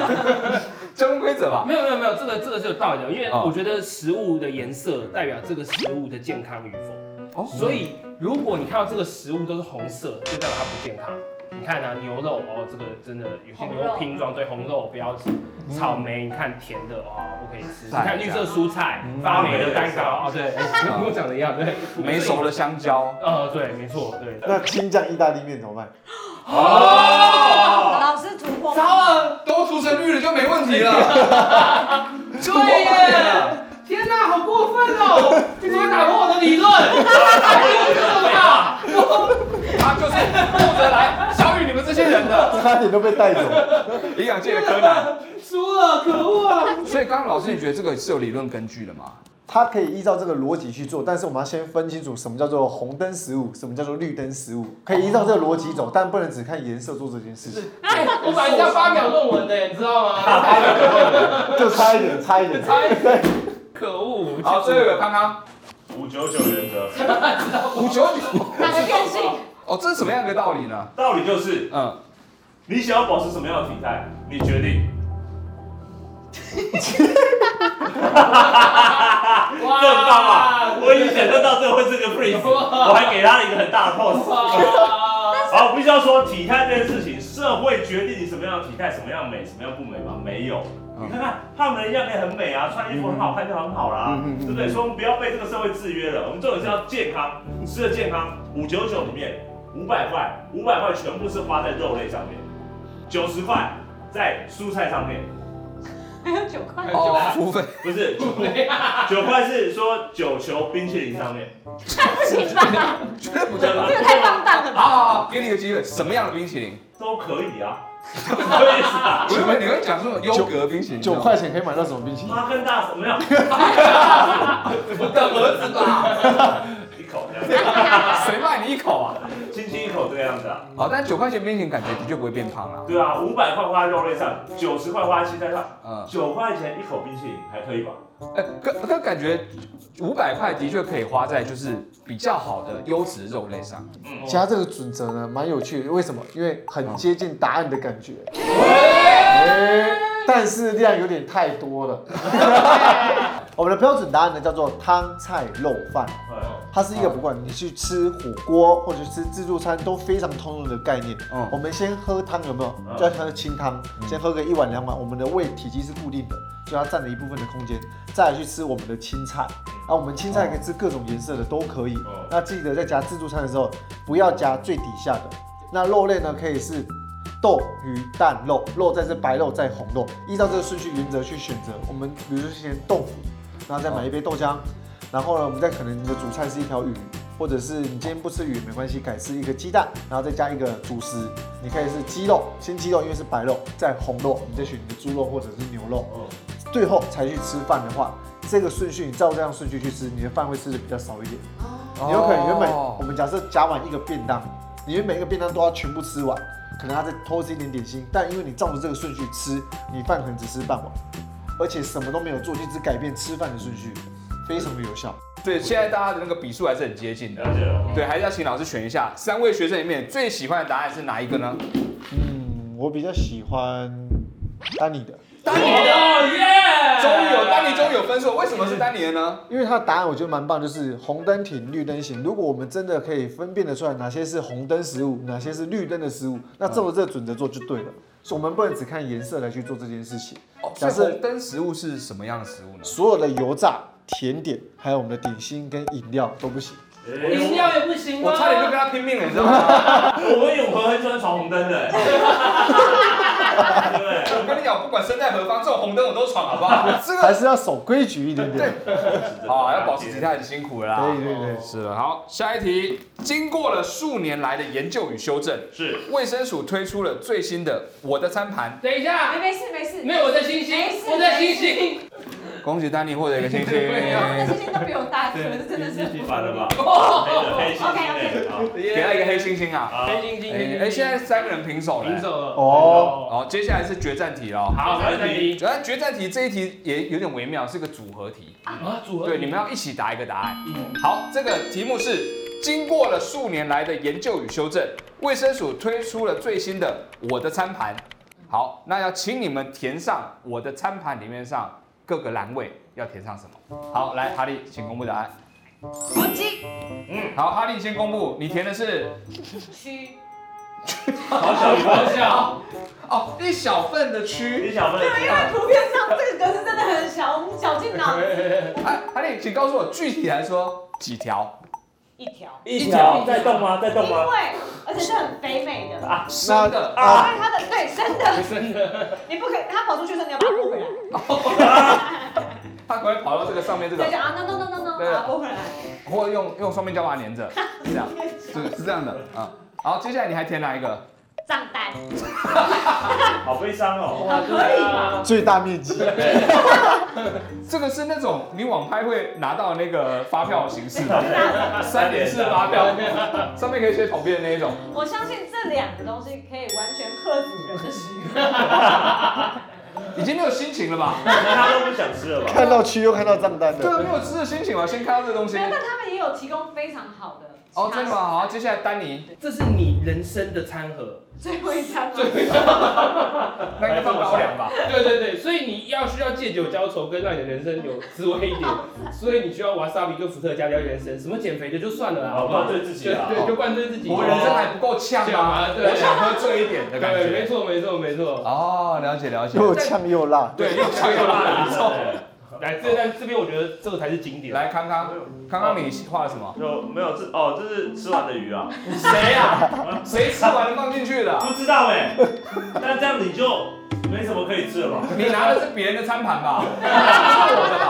[SPEAKER 3] 交通规则吧。
[SPEAKER 2] 没有没有没有，这个这个是有道理的，因为
[SPEAKER 3] 哦
[SPEAKER 2] 我觉得食物的颜色代表这个食物的健康与否，
[SPEAKER 3] 哦，
[SPEAKER 2] 所以如果你看到这个食物都是红色，就代表它不健康。你看啊，牛肉哦，这个真的有些牛肉拼装，对红肉不要吃。草莓，你看甜的哦，不可以 吃。你看绿色蔬菜，发霉的蛋糕哦，对， 哎跟我讲的一样，对，
[SPEAKER 3] 嗯啊 没熟。的香蕉。
[SPEAKER 2] 呃，对，没错，对。
[SPEAKER 5] 那青酱意大利面怎么办？
[SPEAKER 3] 哦，
[SPEAKER 4] 老师突破，
[SPEAKER 3] 糟了， 都涂成绿了就没问题了。
[SPEAKER 2] 对耶！天哪，好过分哦！你怎么打破我的 理论？太幼稚了吧！
[SPEAKER 3] 他就是负责来小雨你们这些人的
[SPEAKER 5] 差点都被带走。
[SPEAKER 3] 营养界的柯南。
[SPEAKER 2] 输了，可恶啊！
[SPEAKER 3] 所以刚刚老师，你觉得这个是有理论根据的吗？
[SPEAKER 5] 它可以依照这个逻辑去做，但是我们要先分清楚什么叫做红灯食物，什么叫做绿灯食物，可以依照这个逻辑走，但不能只看颜色做这件事情。
[SPEAKER 2] 哎，我本来是要发表论文的，你知道 吗？
[SPEAKER 5] 就差一点，差一点。
[SPEAKER 2] 可恶！
[SPEAKER 3] 好，最后一个康康
[SPEAKER 1] 五九九原则，
[SPEAKER 3] 五九九。
[SPEAKER 4] 哪个电信？
[SPEAKER 3] 哦，这是什么样一个道理呢？
[SPEAKER 1] 道理就是
[SPEAKER 3] 嗯，
[SPEAKER 1] 你想要保持什么样的体态，你决定。正
[SPEAKER 2] 哇
[SPEAKER 1] 棒啊！我已经想象到这会是个 freeze，我还给他一个很大的 pose。
[SPEAKER 2] 哇
[SPEAKER 1] 好，我必须要说，体态这件事情，社会决定你什么样的体态，什么样美，什么样不美吗？没有。你看看胖的人样也很美啊，穿衣服很好看就很好啦，对不对？所以我们不要被这个社会制约了。我们重点是要健康，吃的健康。五九九里面五百块，五百块全部是花在肉类上面，九十块在蔬菜上面，
[SPEAKER 4] 还有九块。
[SPEAKER 3] 哦，付费。
[SPEAKER 1] 不 是
[SPEAKER 2] 对啊
[SPEAKER 1] 九块是说九球冰淇淋上面，
[SPEAKER 4] 不行吧？
[SPEAKER 1] 不对吗
[SPEAKER 4] 这？个太放荡了
[SPEAKER 3] 好
[SPEAKER 4] 吧？
[SPEAKER 3] 好好，给你一个机会，什么样的冰淇淋？
[SPEAKER 1] 都可以啊， 什么意思啊？
[SPEAKER 3] 我以为你会讲说优格冰淇淋。
[SPEAKER 5] 九块钱可以买到什么冰淇淋？
[SPEAKER 1] 妈跟大什么样？
[SPEAKER 3] 我的儿子吧，
[SPEAKER 1] 一口这样，
[SPEAKER 3] 谁卖你一口啊？
[SPEAKER 1] 轻轻一口这个样子啊。
[SPEAKER 3] 好，哦但九块钱冰淇淋感觉的确不会变胖啦。
[SPEAKER 1] 对啊，五百块花在肉类上，九十块花在青菜上，
[SPEAKER 3] 嗯，
[SPEAKER 1] 九块钱一口冰淇淋还可以吧？
[SPEAKER 3] 哎、可可感觉五百块的确可以花在就是比较好的优质肉类上。
[SPEAKER 1] 嗯，
[SPEAKER 5] 其他这个准则呢，蛮有趣的。为什么？因为很接近答案的感觉。哎但是量有点太多了。 我们的标准答案呢，叫做汤菜肉饭。
[SPEAKER 1] 哎
[SPEAKER 5] 它是一个
[SPEAKER 1] 嗯
[SPEAKER 5] 不管你去吃火锅或者吃自助餐都非常通用的概念。
[SPEAKER 3] 嗯
[SPEAKER 5] 我们先喝汤有没有？
[SPEAKER 1] 嗯
[SPEAKER 5] 就要喝清汤，先喝个一碗两碗，我们的胃体积是固定的，就它占了一部分的空间，再来去吃我们的青菜。啊，我们青菜可以吃各种颜色的都可以
[SPEAKER 1] 哦。
[SPEAKER 5] 那记得在夹自助餐的时候，不要夹最底下的。那肉类呢，可以是豆、鱼、蛋、肉，肉再是白肉，再红肉，依照这个顺序原则去选择。我们比如说先豆腐，然后再买一杯豆浆，然后呢，我们再可能你的主菜是一条鱼，或者是你今天不吃鱼也没关系，改吃一个鸡蛋，然后再加一个主食，你可以是鸡肉，先鸡肉因为是白肉，再红肉，你再选你的猪肉或者是牛肉，
[SPEAKER 3] 哦
[SPEAKER 5] 最后才去吃饭的话，这个顺序你照这样顺序去吃，你的饭会吃的比较少一点。你有可能原本
[SPEAKER 3] 哦
[SPEAKER 5] 我们假设夹完一个便当，你原本一个便当都要全部吃完，可能要再偷吃一点点心，但因为你照着这个顺序吃，你饭可能只吃半碗，而且什么都没有做，就只改变吃饭的顺序，非常的有效。
[SPEAKER 3] 对，现在大家的那个比数还是很接近的。
[SPEAKER 1] 了解了。
[SPEAKER 3] 对，还是要请老师选一下，三位学生里面最喜欢的答案是哪一个呢？
[SPEAKER 5] 嗯，我比较喜欢丹尼的，
[SPEAKER 3] 丹尼的，
[SPEAKER 2] 哦耶！
[SPEAKER 3] 终于有丹尼，终于有分数，为什么是丹尼的呢？
[SPEAKER 5] 因为他的答案我觉得蛮棒，就是红灯停，绿灯行。如果我们真的可以分辨得出来哪些是红灯食物，哪些是绿灯的食物，那照着这个准则做就对了。所以我们不能只看颜色来去做这件事情。
[SPEAKER 3] 哦，
[SPEAKER 5] 假
[SPEAKER 3] 假
[SPEAKER 5] 设
[SPEAKER 3] 设红灯食物是什么样的食物呢？
[SPEAKER 5] 所有的油炸、甜点，还有我们的点心跟饮料都不行。
[SPEAKER 2] 饮料也不行吗？
[SPEAKER 3] 我差点就跟他拼命了，你知道吗？
[SPEAKER 1] 哎我们永和很喜欢闯红灯的、欸，对
[SPEAKER 3] 我跟你讲，不管身在何方，这种红灯我都闯，好不 好？这
[SPEAKER 5] 还是要守规矩一点点。
[SPEAKER 1] 不对？
[SPEAKER 3] 好，啊要保持体态很辛苦了啦。
[SPEAKER 5] 对对对，
[SPEAKER 3] 是的，好，下一题。经过了数年来的研究与修正，
[SPEAKER 1] 是
[SPEAKER 3] 卫生署推出了最新的“我的餐盘
[SPEAKER 2] 等一下，
[SPEAKER 4] 没事没事，
[SPEAKER 2] 没有我在星星
[SPEAKER 4] 没事，
[SPEAKER 2] 我在星星。”。
[SPEAKER 3] 恭喜丹尼获得一个 星
[SPEAKER 2] 对
[SPEAKER 4] 他们的
[SPEAKER 3] 星，
[SPEAKER 4] 星星都比我大，真的真的是。
[SPEAKER 1] 你反了吧？
[SPEAKER 3] 哦
[SPEAKER 1] 黑心黑
[SPEAKER 3] 给他一个黑星星啊！
[SPEAKER 1] 啊，
[SPEAKER 2] 黑星星，
[SPEAKER 3] 哎，哎现在三个人平手了。
[SPEAKER 2] 赢走了。
[SPEAKER 5] 哦，
[SPEAKER 3] 好，接下来是决战题了。
[SPEAKER 2] 好，来再一
[SPEAKER 3] 主要决战题这一题也有点微妙，是个组合题。
[SPEAKER 2] 啊，组合
[SPEAKER 3] 对，你们要一起答一个答案。好，这个题目是经过了数年来的研究与修正，卫生署推出了最新的“我的餐盘”。好，那要请你们填上“我的餐盘”里面上各个栏位要填上什么？好，来哈利，请公布答案。
[SPEAKER 4] 不鸡
[SPEAKER 3] 好，哈利先公布，你填的是
[SPEAKER 4] 区，
[SPEAKER 1] 好小一
[SPEAKER 2] 好
[SPEAKER 1] 份，
[SPEAKER 2] 小，
[SPEAKER 3] 哦一小份的区。
[SPEAKER 1] 一小份，
[SPEAKER 4] 因为哎图片上这个是真的很小，我们绞尽脑汁。
[SPEAKER 3] 哎，哈利，请告诉我具体来说几条？
[SPEAKER 4] 一条，
[SPEAKER 1] 一条在动吗？在
[SPEAKER 4] 因
[SPEAKER 1] 动吗？
[SPEAKER 4] 为而且是很肥美的，因
[SPEAKER 3] 生的。
[SPEAKER 1] 啊
[SPEAKER 4] 为它的对真的，
[SPEAKER 2] 真的，
[SPEAKER 4] 你不可以，它跑出去的时候你要把它拨回来，
[SPEAKER 3] 他可能跑到这个上面这
[SPEAKER 4] 对
[SPEAKER 3] 个，
[SPEAKER 4] 就啊 no no no no no，
[SPEAKER 3] 对
[SPEAKER 4] 把它拨回来。
[SPEAKER 3] 或用用双面胶把它粘着，是这样，是是这样的啊。好，接下来你还填哪一个？
[SPEAKER 4] 账单，
[SPEAKER 1] 好悲伤 哦。
[SPEAKER 4] 好可以吗？
[SPEAKER 5] 最大面积。
[SPEAKER 2] 啊
[SPEAKER 3] 这个是那种你网拍会拿到那个发票的形 式
[SPEAKER 4] 大
[SPEAKER 3] 的，
[SPEAKER 4] 的
[SPEAKER 3] 啊三点式发票，上面可以写统编的那一种。
[SPEAKER 4] 我相信这两个东西可以完全克服人的食欲。
[SPEAKER 3] 已经没有心情了吧？
[SPEAKER 1] 他都不想吃了吧？
[SPEAKER 5] 看到区又看到账单
[SPEAKER 3] 对啊，
[SPEAKER 5] 的，
[SPEAKER 3] 没有吃的心情了，先看到这个东西
[SPEAKER 4] 没。有，但他们也有提供非常好的。
[SPEAKER 3] 哦，真的吗？好，接下来丹尼，
[SPEAKER 2] 这是你人生的餐盒。
[SPEAKER 4] 最后一餐吗？
[SPEAKER 3] 那应该放高粱吧？
[SPEAKER 2] 对对对，所以你要需要借酒浇愁，跟让你的人生有滋味一点，所以你需要瓦萨比跟伏特加聊人生，什么减肥的就算了啦，啊
[SPEAKER 1] 好
[SPEAKER 2] 好不
[SPEAKER 1] 吧，
[SPEAKER 2] 好？
[SPEAKER 1] 对自己
[SPEAKER 2] 对
[SPEAKER 1] 啊。
[SPEAKER 2] 对，就灌醉自己。
[SPEAKER 3] 我人生还不够呛
[SPEAKER 2] 呛
[SPEAKER 3] 吗？
[SPEAKER 2] 啊对
[SPEAKER 3] 我想喝醉一点的感
[SPEAKER 2] 对，没
[SPEAKER 3] 觉。
[SPEAKER 2] 错没错没错。
[SPEAKER 3] 哦，了解了解。
[SPEAKER 5] 又呛又辣。
[SPEAKER 3] 对，又呛又辣的，你知道吗
[SPEAKER 2] 来，这但这边我觉得这个才是经典。
[SPEAKER 3] 来，康康，康康你画了什么？
[SPEAKER 1] 就没有这哦，这是吃完的鱼啊，
[SPEAKER 3] 谁呀？谁吃完了放进去的啊？
[SPEAKER 1] 不知道哎。那这样你就没什么可以吃了吧？
[SPEAKER 3] 你拿的是别人的餐盘 吧？这是我的吧？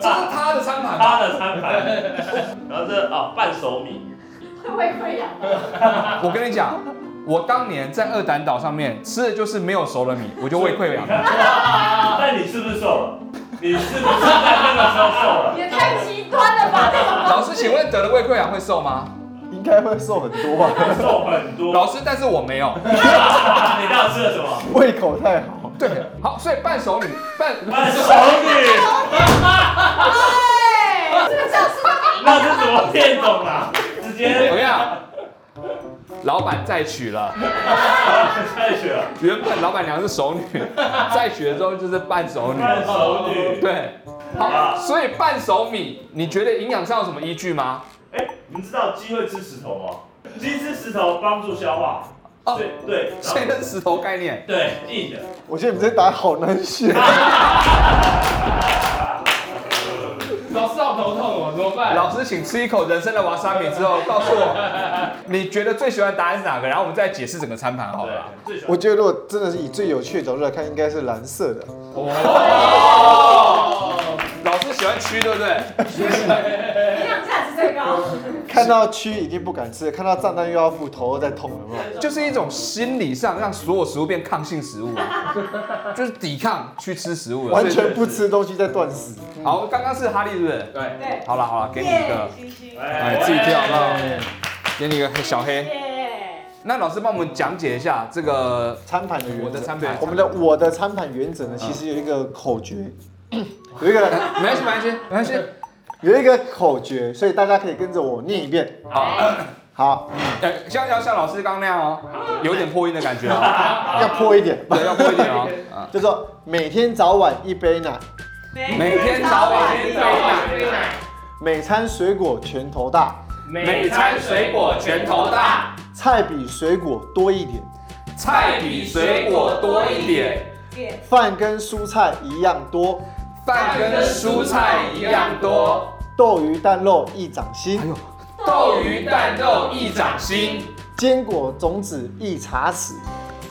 [SPEAKER 3] 这是他的餐盘吧？
[SPEAKER 1] 他的餐盘，然后这哦半熟 米，
[SPEAKER 4] 会不会溃疡？
[SPEAKER 3] 我跟你讲，我当年在二胆岛上面吃的就是没有熟的米，我就胃溃疡。
[SPEAKER 1] 但你是不是瘦了？你是不是在那个时候瘦了？
[SPEAKER 4] 也太极端了吧！这 种
[SPEAKER 3] 老师，请问得了胃溃疡会瘦吗？
[SPEAKER 5] 应该会瘦很多啊吧？
[SPEAKER 1] 瘦很多。啊
[SPEAKER 3] 老师，但是我没有。
[SPEAKER 1] 你到底吃了什么？
[SPEAKER 5] 胃口太好，
[SPEAKER 3] 对，好，所以伴手礼伴
[SPEAKER 1] 半熟米，
[SPEAKER 4] 对，这个就是
[SPEAKER 1] 那是什么变种啊？直接
[SPEAKER 3] 怎么样？老板再娶了，
[SPEAKER 1] 太血了，
[SPEAKER 3] 原本老板娘是熟女，再娶了之后就是伴手女。
[SPEAKER 1] 半熟女。
[SPEAKER 3] 对，好，所以伴手米，你觉得营养上有什么依据吗？
[SPEAKER 1] 哎、你们知道鸡会吃石头吗？鸡吃石头帮助消化。
[SPEAKER 3] 哦
[SPEAKER 1] 对对，然
[SPEAKER 3] 所以
[SPEAKER 1] 后
[SPEAKER 3] 那是石头概念。
[SPEAKER 1] 对硬的。
[SPEAKER 5] 我觉得你们这答案好难选。
[SPEAKER 2] 老师好头痛哦，怎么办？
[SPEAKER 3] 老师，请吃一口人参的瓦沙米之后，告诉我你觉得最喜欢的答案是哪个，然后我们再解释整个餐盘好
[SPEAKER 1] 对
[SPEAKER 3] 了
[SPEAKER 1] 啊。，最喜欢
[SPEAKER 5] 我觉得如果真的是以最有趣的角度来看，应该是蓝色的。
[SPEAKER 2] 哦，
[SPEAKER 3] 老师喜欢蛆，对不对？
[SPEAKER 4] 营养价值最高。
[SPEAKER 5] 看到蛆已经不敢吃了，看到炸弹又要付头又在痛，有没有？
[SPEAKER 3] 就是一种心理上让所有食物变抗性食物 啊，就是抵抗去吃食物了。啊
[SPEAKER 5] 完全不吃东西在断食。
[SPEAKER 3] 所以好，刚刚是哈利，对不对？
[SPEAKER 2] 对，
[SPEAKER 4] 对，
[SPEAKER 3] 好了好了，给你一个，
[SPEAKER 4] 星星
[SPEAKER 3] 哎，自己跳好不好？给你一个小黑。
[SPEAKER 4] 耶，
[SPEAKER 3] 那老师帮我们讲解一下这 个
[SPEAKER 5] 餐盘的原则，
[SPEAKER 3] 我的餐盘嗯
[SPEAKER 5] 我们的我的餐盘原则呢，其实有一个口诀， 有一个
[SPEAKER 3] 没关系，没关系，没关系。
[SPEAKER 5] 有一个口诀，所以大家可以跟着我念一遍。
[SPEAKER 2] 好，
[SPEAKER 5] 好，
[SPEAKER 3] 呃，像要像老师刚刚那样哦，有点破音的感觉哦，
[SPEAKER 5] 要破一点，
[SPEAKER 3] 对，要破一点 哦。啊，
[SPEAKER 5] 就说每天早晚一杯奶，
[SPEAKER 3] 每天早晚一杯奶，
[SPEAKER 5] 每餐水果拳头大，
[SPEAKER 2] 每餐水果拳头大，
[SPEAKER 5] 菜比水果多一点，
[SPEAKER 3] 菜比水果多一点，
[SPEAKER 4] 耶，
[SPEAKER 5] 饭跟蔬菜一样多，
[SPEAKER 3] 饭跟蔬菜一样多，
[SPEAKER 5] 豆鱼蛋肉一掌
[SPEAKER 3] 哎
[SPEAKER 5] 心，
[SPEAKER 3] 豆鱼蛋肉一掌心，
[SPEAKER 5] 坚果种子一茶匙。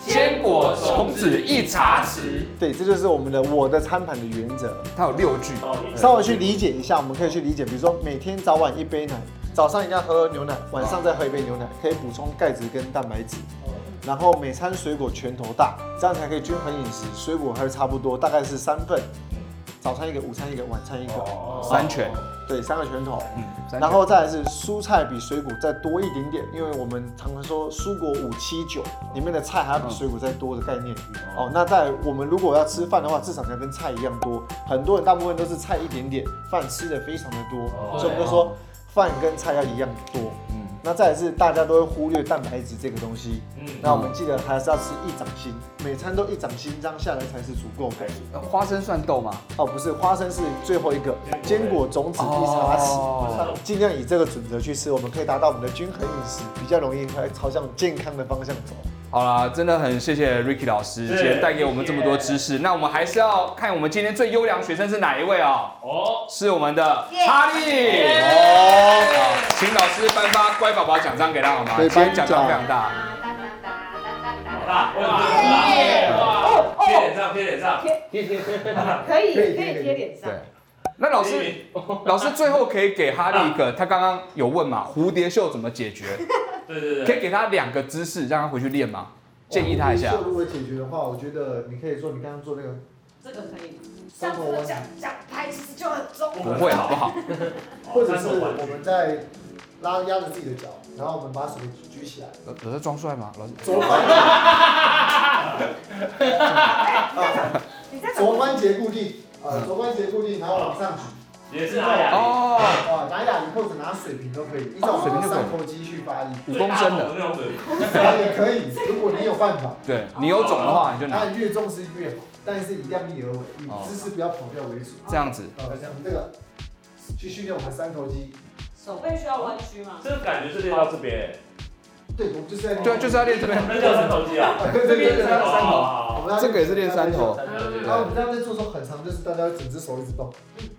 [SPEAKER 3] 坚果种子一茶匙。
[SPEAKER 5] 对，这就是我们的我的餐盘的原则。
[SPEAKER 3] 它有六句，
[SPEAKER 1] 哦一
[SPEAKER 5] 稍微去理解一下，我们可以去理解，比如说每天早晚一杯奶，早上一定要喝牛奶，晚上再喝一杯牛奶，可以补充钙质跟蛋白质。然后每餐水果拳头大，这样才可以均衡饮食，水果还是差不多，大概是三份，早餐一个，午餐一个，晚餐一个，
[SPEAKER 1] 哦
[SPEAKER 3] 三拳，
[SPEAKER 5] 对，三个拳头。
[SPEAKER 3] 嗯，三
[SPEAKER 5] 然
[SPEAKER 3] 拳。
[SPEAKER 5] 后再来是蔬菜比水果再多一点点，因为我们常常说蔬果五七九里面的菜还要比水果再多的概念。嗯哦，那在我们如果要吃饭的话，至少要跟菜一样多。很多人大部分都是菜一点点，饭吃的非常的多，所以我们就说饭跟菜要一样多。哦嗯，那再来是大家都会忽略蛋白质这个东西。嗯，那我们记得还是要吃一掌心，每餐都一掌心，这样下来才是足够的。
[SPEAKER 3] 呃花生算豆吗？
[SPEAKER 5] 哦，不是，花生是最后一个，坚果种子一茶匙。
[SPEAKER 3] 哦
[SPEAKER 5] 尽量以这个准则去吃，我们可以达到我们的均衡饮食，比较容易会朝向健康的方向走。
[SPEAKER 3] 好啦，真的很谢谢 Ricky 老师，今
[SPEAKER 1] 是
[SPEAKER 3] 天带给我们这么多知识。那我们还是要看我们今天最优良学生是哪一位哦。
[SPEAKER 2] 哦，
[SPEAKER 3] 是我们的
[SPEAKER 4] 耶
[SPEAKER 3] 哈利哦，好请老师颁发乖宝宝奖章给他好吗？
[SPEAKER 5] 对
[SPEAKER 3] 今天奖章
[SPEAKER 5] 颁
[SPEAKER 3] 非
[SPEAKER 5] 奖
[SPEAKER 3] 常大。
[SPEAKER 1] 大，哇，
[SPEAKER 4] 哦
[SPEAKER 1] 贴
[SPEAKER 4] 哦，
[SPEAKER 1] 脸上，贴脸上，
[SPEAKER 4] 可以可以贴脸上
[SPEAKER 3] 对，那老师，老师最后可以给哈利一个，他刚刚有问嘛，蝴蝶袖怎么解决？
[SPEAKER 1] 对对
[SPEAKER 3] 可
[SPEAKER 1] 对，
[SPEAKER 3] 以给他两个姿势，让他回去练吗？建议他一下。
[SPEAKER 5] 如果解决的话，我觉得你可以做你刚刚做那个
[SPEAKER 4] 这个可以。
[SPEAKER 5] 三头弯，
[SPEAKER 4] 讲台词就很重
[SPEAKER 3] 不会好不好？
[SPEAKER 5] 或
[SPEAKER 1] 哦
[SPEAKER 5] 者是我们在拉压着自己的脚，然后我们把手举起来，
[SPEAKER 3] 老老师装帅吗？老师，
[SPEAKER 5] 左关
[SPEAKER 4] 你在
[SPEAKER 5] 左关节固定，呃，左关节固定，然后往上举。
[SPEAKER 1] 也是阿雅，
[SPEAKER 3] 哦，
[SPEAKER 5] 啊，拿哑铃或者拿水瓶都可以，依照我们上头肌去 发力，
[SPEAKER 1] 哎
[SPEAKER 3] 五公升的，
[SPEAKER 1] 那种水
[SPEAKER 5] 也可以。如果你有 办法，
[SPEAKER 3] 对你有种的话你就拿
[SPEAKER 5] 当然越重视越好，但是以量力而为，
[SPEAKER 3] 哦
[SPEAKER 5] 以姿势不要跑掉为主。
[SPEAKER 3] 这样子。
[SPEAKER 5] 好，像我们这个去训练我们三头肌，
[SPEAKER 4] 手背需要弯曲吗？
[SPEAKER 1] 这个感觉是练到这边，
[SPEAKER 5] 对，我们就是在
[SPEAKER 3] 对啊，就是要练这边，
[SPEAKER 1] 那叫三头肌啊，
[SPEAKER 5] 对对对，
[SPEAKER 3] 三三头
[SPEAKER 5] 我
[SPEAKER 1] 头，
[SPEAKER 5] 们要
[SPEAKER 3] 这个也是练三头。
[SPEAKER 5] 然后我们这样在做的时候很长，就是大家整只手一直动，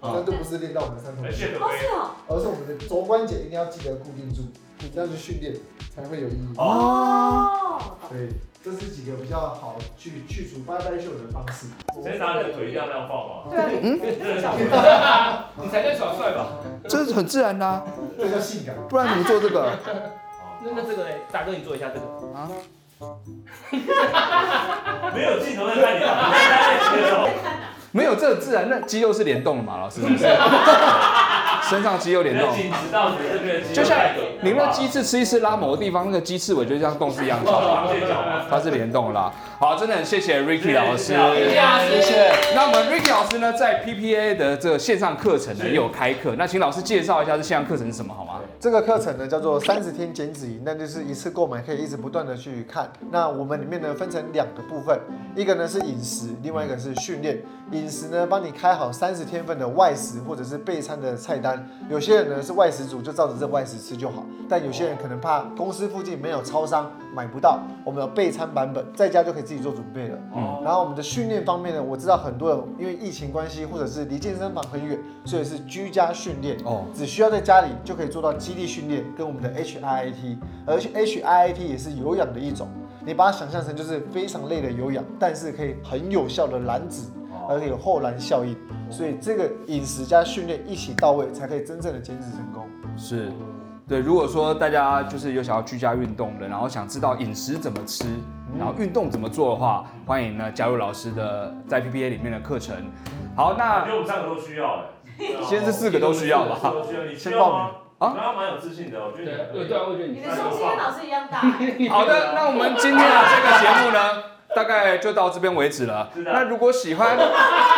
[SPEAKER 5] 但都不是练到我们的三头
[SPEAKER 1] 哎，
[SPEAKER 5] 肌，
[SPEAKER 1] 谢可
[SPEAKER 4] 哦，
[SPEAKER 1] 薇
[SPEAKER 4] 是，哦，
[SPEAKER 5] 而是我们的肘关节一定要记得固定住，你这样去训练才会有意义。
[SPEAKER 1] 哦，
[SPEAKER 4] 哦，
[SPEAKER 5] 对，这是几个比较好去去除拜拜袖的方式。
[SPEAKER 1] 先拿你的腿这样那样放嘛，
[SPEAKER 4] 对啊，你这脚
[SPEAKER 2] 你才叫耍帅吧？
[SPEAKER 3] 这是很自然的啊，
[SPEAKER 5] 这叫性感。
[SPEAKER 3] 不然怎么做这个？
[SPEAKER 2] 那那这个嘞，大哥你做一下这个，
[SPEAKER 3] 啊
[SPEAKER 1] 没有镜头在看你啊，在接受，
[SPEAKER 3] 没有，这个自然，那肌肉是联动的嘛， 老师是不是？身上肌肉联动，
[SPEAKER 1] 紧直到你这边，
[SPEAKER 3] 就像你那鸡翅吃一次拉某个地方，那个鸡翅尾就这样动是一样的，
[SPEAKER 1] 螃蟹脚嘛，
[SPEAKER 3] 它是联动的啦。好，真的很谢谢 Ricky 老师。
[SPEAKER 1] 谢谢
[SPEAKER 2] 老师谢谢
[SPEAKER 3] 那我们 Ricky 老师呢，在 PPA 的这个线上课程呢也有开课，那请老师介绍一下这线上课程是什么好吗？
[SPEAKER 5] 这个课程呢叫做三十天减脂营，那就是一次购买可以一直不断的去看。那我们里面呢分成两个部分，一个呢是饮食，另外一个是训练。饮食呢，帮你开好三十天份的外食或者是备餐的菜单。有些人呢是外食族，就照着这外食吃就好。但有些人可能怕公司附近没有超商买不到，我们有备餐版本，在家就可以自己做准备了。
[SPEAKER 1] 哦
[SPEAKER 5] 然后我们的训练方面呢，我知道很多人因为疫情关系，或者是离健身房很远，所以是居家训练
[SPEAKER 3] 哦
[SPEAKER 5] 哦，只需要在家里就可以做到肌力训练跟我们的 HIIT，而且 HIIT 也是有氧的一种，你把它想象成就是非常累的有氧，但是可以很有效的燃脂，
[SPEAKER 3] 呃
[SPEAKER 5] 而且有后燃效应，所以这个饮食加训练一起到位，才可以真正的减脂成功。
[SPEAKER 3] 是，对。如果说大家就是有想要居家运动的，然后想知道饮食怎么吃，然后运动怎么做的话，欢迎呢加入老师的在 PPA 里面的课程。好，
[SPEAKER 1] 感
[SPEAKER 3] 那
[SPEAKER 1] 啊觉我们三个都需要哎。
[SPEAKER 3] 先是四个都需要吧
[SPEAKER 1] 四个都需要，你需
[SPEAKER 5] 先
[SPEAKER 1] 要
[SPEAKER 5] 报名
[SPEAKER 1] 吗？
[SPEAKER 3] 啊
[SPEAKER 1] 啊，刚刚蛮有自信的，我觉
[SPEAKER 2] 对
[SPEAKER 1] 得你
[SPEAKER 2] 对对啊，我觉得
[SPEAKER 4] 你
[SPEAKER 2] 你
[SPEAKER 4] 的胸肌跟老师一样大、欸。
[SPEAKER 3] 好的，那我们今天的这个节目呢，大概就到这边为止了。
[SPEAKER 1] 是的
[SPEAKER 3] 那如果喜欢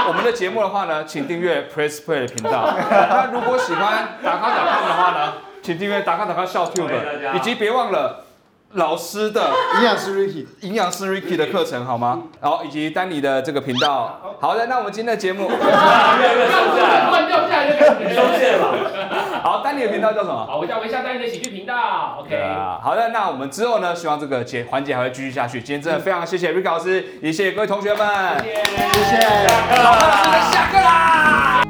[SPEAKER 3] 我们的节目的话呢，请订阅 Press Play 的频道。那如果喜欢打卡打卡的话呢，请订阅打卡打卡笑 Tube，
[SPEAKER 1] 欢迎大家
[SPEAKER 3] 以及别忘了老师的
[SPEAKER 5] 营养师 Ricky，
[SPEAKER 3] 营养师 Ricky 的课程好吗？然后以及丹尼的这个频道。好的，那我们今天的节
[SPEAKER 1] 越
[SPEAKER 3] 目，
[SPEAKER 1] 来越松懈了，
[SPEAKER 2] 断掉下来的感
[SPEAKER 1] 你松
[SPEAKER 2] 觉。
[SPEAKER 1] 懈了哎吧。
[SPEAKER 3] 好，丹尼的频道叫什么？
[SPEAKER 2] 好，我叫微笑丹尼的喜剧频道，OK。
[SPEAKER 3] 啊，好的，那我们之后呢，希望这个节环节还会继续下去。今天真的非常谢谢 Ricky 老师，也谢谢各位同学们。
[SPEAKER 2] 谢谢。
[SPEAKER 5] 谢谢。
[SPEAKER 3] 老师下课啦！